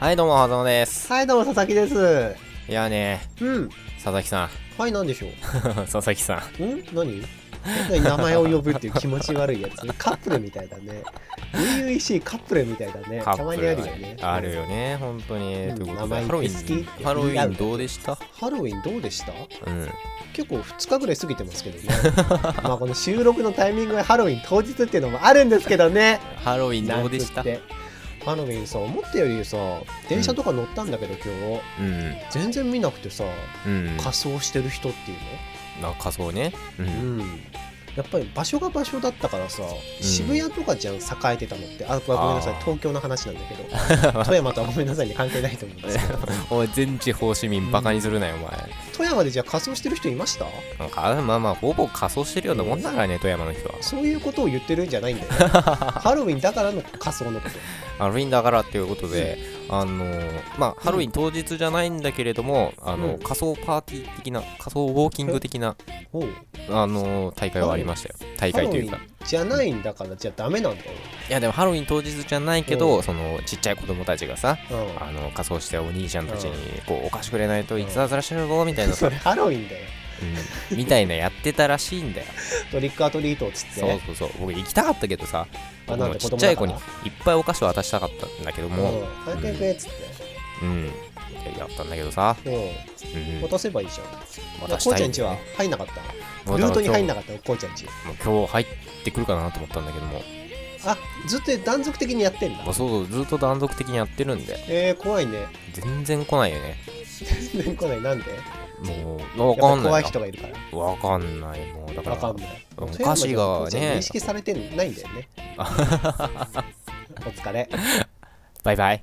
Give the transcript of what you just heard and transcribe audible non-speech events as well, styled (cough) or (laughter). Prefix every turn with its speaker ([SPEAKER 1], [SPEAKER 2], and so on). [SPEAKER 1] はいどうもはざまです
[SPEAKER 2] はいどうも佐々木です
[SPEAKER 1] いやね
[SPEAKER 2] うん
[SPEAKER 1] 佐々木さん
[SPEAKER 2] はい何でしょう
[SPEAKER 1] (laughs) 佐々木さん (laughs)
[SPEAKER 2] ん何何名前を呼ぶっていう気持ち悪いやつカップルみたいだね初々しいカップルみたいだね
[SPEAKER 1] カ
[SPEAKER 2] たま
[SPEAKER 1] ップル
[SPEAKER 2] にあ
[SPEAKER 1] は
[SPEAKER 2] るよ
[SPEAKER 1] あるよ
[SPEAKER 2] ね
[SPEAKER 1] ね本当に、
[SPEAKER 2] うん
[SPEAKER 1] ということ
[SPEAKER 2] 名
[SPEAKER 1] で
[SPEAKER 2] 前
[SPEAKER 1] ハロウィン
[SPEAKER 2] 好き
[SPEAKER 1] ハロウィンどうでした
[SPEAKER 2] ハロウィンどうでした
[SPEAKER 1] うん
[SPEAKER 2] 結構2日ぐらい過ぎてますけどね (laughs) まあこの収録のタイミングがハロウィン当日っていうのもあるんですけどね
[SPEAKER 1] ハロウィンどうでした
[SPEAKER 2] 夏ってハロウィンさ思ったよりさ電車とか乗ったんだけど今日
[SPEAKER 1] うん
[SPEAKER 2] 全然見なくてさ
[SPEAKER 1] うん
[SPEAKER 2] 仮装してる人っていうの
[SPEAKER 1] な仮装ねうん、
[SPEAKER 2] うん、やっぱり場所が場所だったからさ、
[SPEAKER 1] ん
[SPEAKER 2] 渋谷とかじゃん栄えてたのってあごめんなさい
[SPEAKER 1] あー
[SPEAKER 2] 東京の話なんだけ
[SPEAKER 1] (laughs)
[SPEAKER 2] ど富山とはごめんなさいに関係ないと思うんですけど
[SPEAKER 1] おい全地方市民バカにするなよ、お前
[SPEAKER 2] 富山でじゃあ仮装してる人いました
[SPEAKER 1] なんかあまあまあほぼ仮装してるようなもんだからね富山の人は
[SPEAKER 2] そういうことを言ってるんじゃないんだよ、
[SPEAKER 1] (laughs)
[SPEAKER 2] ね、ハロウィンだからの仮装のこ
[SPEAKER 1] ハロウィンだからっていうことで、あのーまあハロウィン当日じゃないんだけれども、あの
[SPEAKER 2] うん
[SPEAKER 1] 仮装パーティー的な仮装ウォーキング的な、
[SPEAKER 2] とおう
[SPEAKER 1] あのー大会はありましたよ大
[SPEAKER 2] ハロ
[SPEAKER 1] 会
[SPEAKER 2] ウ
[SPEAKER 1] とい
[SPEAKER 2] ィ
[SPEAKER 1] うか
[SPEAKER 2] ンじゃないんだからじゃあダメなんだよ、
[SPEAKER 1] いやでもハロウィン当日じゃないけ
[SPEAKER 2] う
[SPEAKER 1] ど
[SPEAKER 2] ん
[SPEAKER 1] そのちっちゃい子供たちがさ
[SPEAKER 2] う
[SPEAKER 1] あの仮装してお兄ちゃんたちにこうお菓子くれないといたずらしちゃうぞみたい
[SPEAKER 2] ん、
[SPEAKER 1] な
[SPEAKER 2] (laughs)
[SPEAKER 1] さ
[SPEAKER 2] それハロウィンだよ
[SPEAKER 1] うんみたいなやってたらしいんだよ
[SPEAKER 2] トリックアトリートっつって
[SPEAKER 1] そうそうそう僕行きたかったけどさ
[SPEAKER 2] あ
[SPEAKER 1] 僕
[SPEAKER 2] なん
[SPEAKER 1] も
[SPEAKER 2] で
[SPEAKER 1] ち
[SPEAKER 2] 子
[SPEAKER 1] っ
[SPEAKER 2] 供
[SPEAKER 1] ちゃい
[SPEAKER 2] だか
[SPEAKER 1] 子に
[SPEAKER 2] ら
[SPEAKER 1] いっぱいお菓子を渡したかったんだけど
[SPEAKER 2] も
[SPEAKER 1] も
[SPEAKER 2] うん早く行くっつっ
[SPEAKER 1] うんやったんだけどさ
[SPEAKER 2] て、う、
[SPEAKER 1] うんん
[SPEAKER 2] 渡せばいいじゃん
[SPEAKER 1] 渡
[SPEAKER 2] こう
[SPEAKER 1] し
[SPEAKER 2] ち
[SPEAKER 1] た
[SPEAKER 2] ゃ
[SPEAKER 1] い
[SPEAKER 2] ん
[SPEAKER 1] ん
[SPEAKER 2] ち
[SPEAKER 1] だよ
[SPEAKER 2] は
[SPEAKER 1] ね
[SPEAKER 2] 入んなかった
[SPEAKER 1] もう
[SPEAKER 2] ル
[SPEAKER 1] だから
[SPEAKER 2] ートに入んなかったのこうちゃんち
[SPEAKER 1] 今日もう今日入ってくるかなと思ったんだけども
[SPEAKER 2] あずっと断続的にやってんだ
[SPEAKER 1] まあそうそうずっと断続的にやってるんで
[SPEAKER 2] えー、怖いね (laughs)
[SPEAKER 1] 全然来ないよね
[SPEAKER 2] 全然来ないなんで
[SPEAKER 1] もうわ
[SPEAKER 2] や
[SPEAKER 1] か
[SPEAKER 2] っぱ
[SPEAKER 1] ん
[SPEAKER 2] 怖
[SPEAKER 1] ないい
[SPEAKER 2] 人がいるから
[SPEAKER 1] なわかんないもうだから
[SPEAKER 2] わかんない
[SPEAKER 1] うん
[SPEAKER 2] 富山では
[SPEAKER 1] 歌詞がね
[SPEAKER 2] こうち
[SPEAKER 1] (laughs)
[SPEAKER 2] ゃん認識されてないんだよねお疲れ
[SPEAKER 1] バイバイ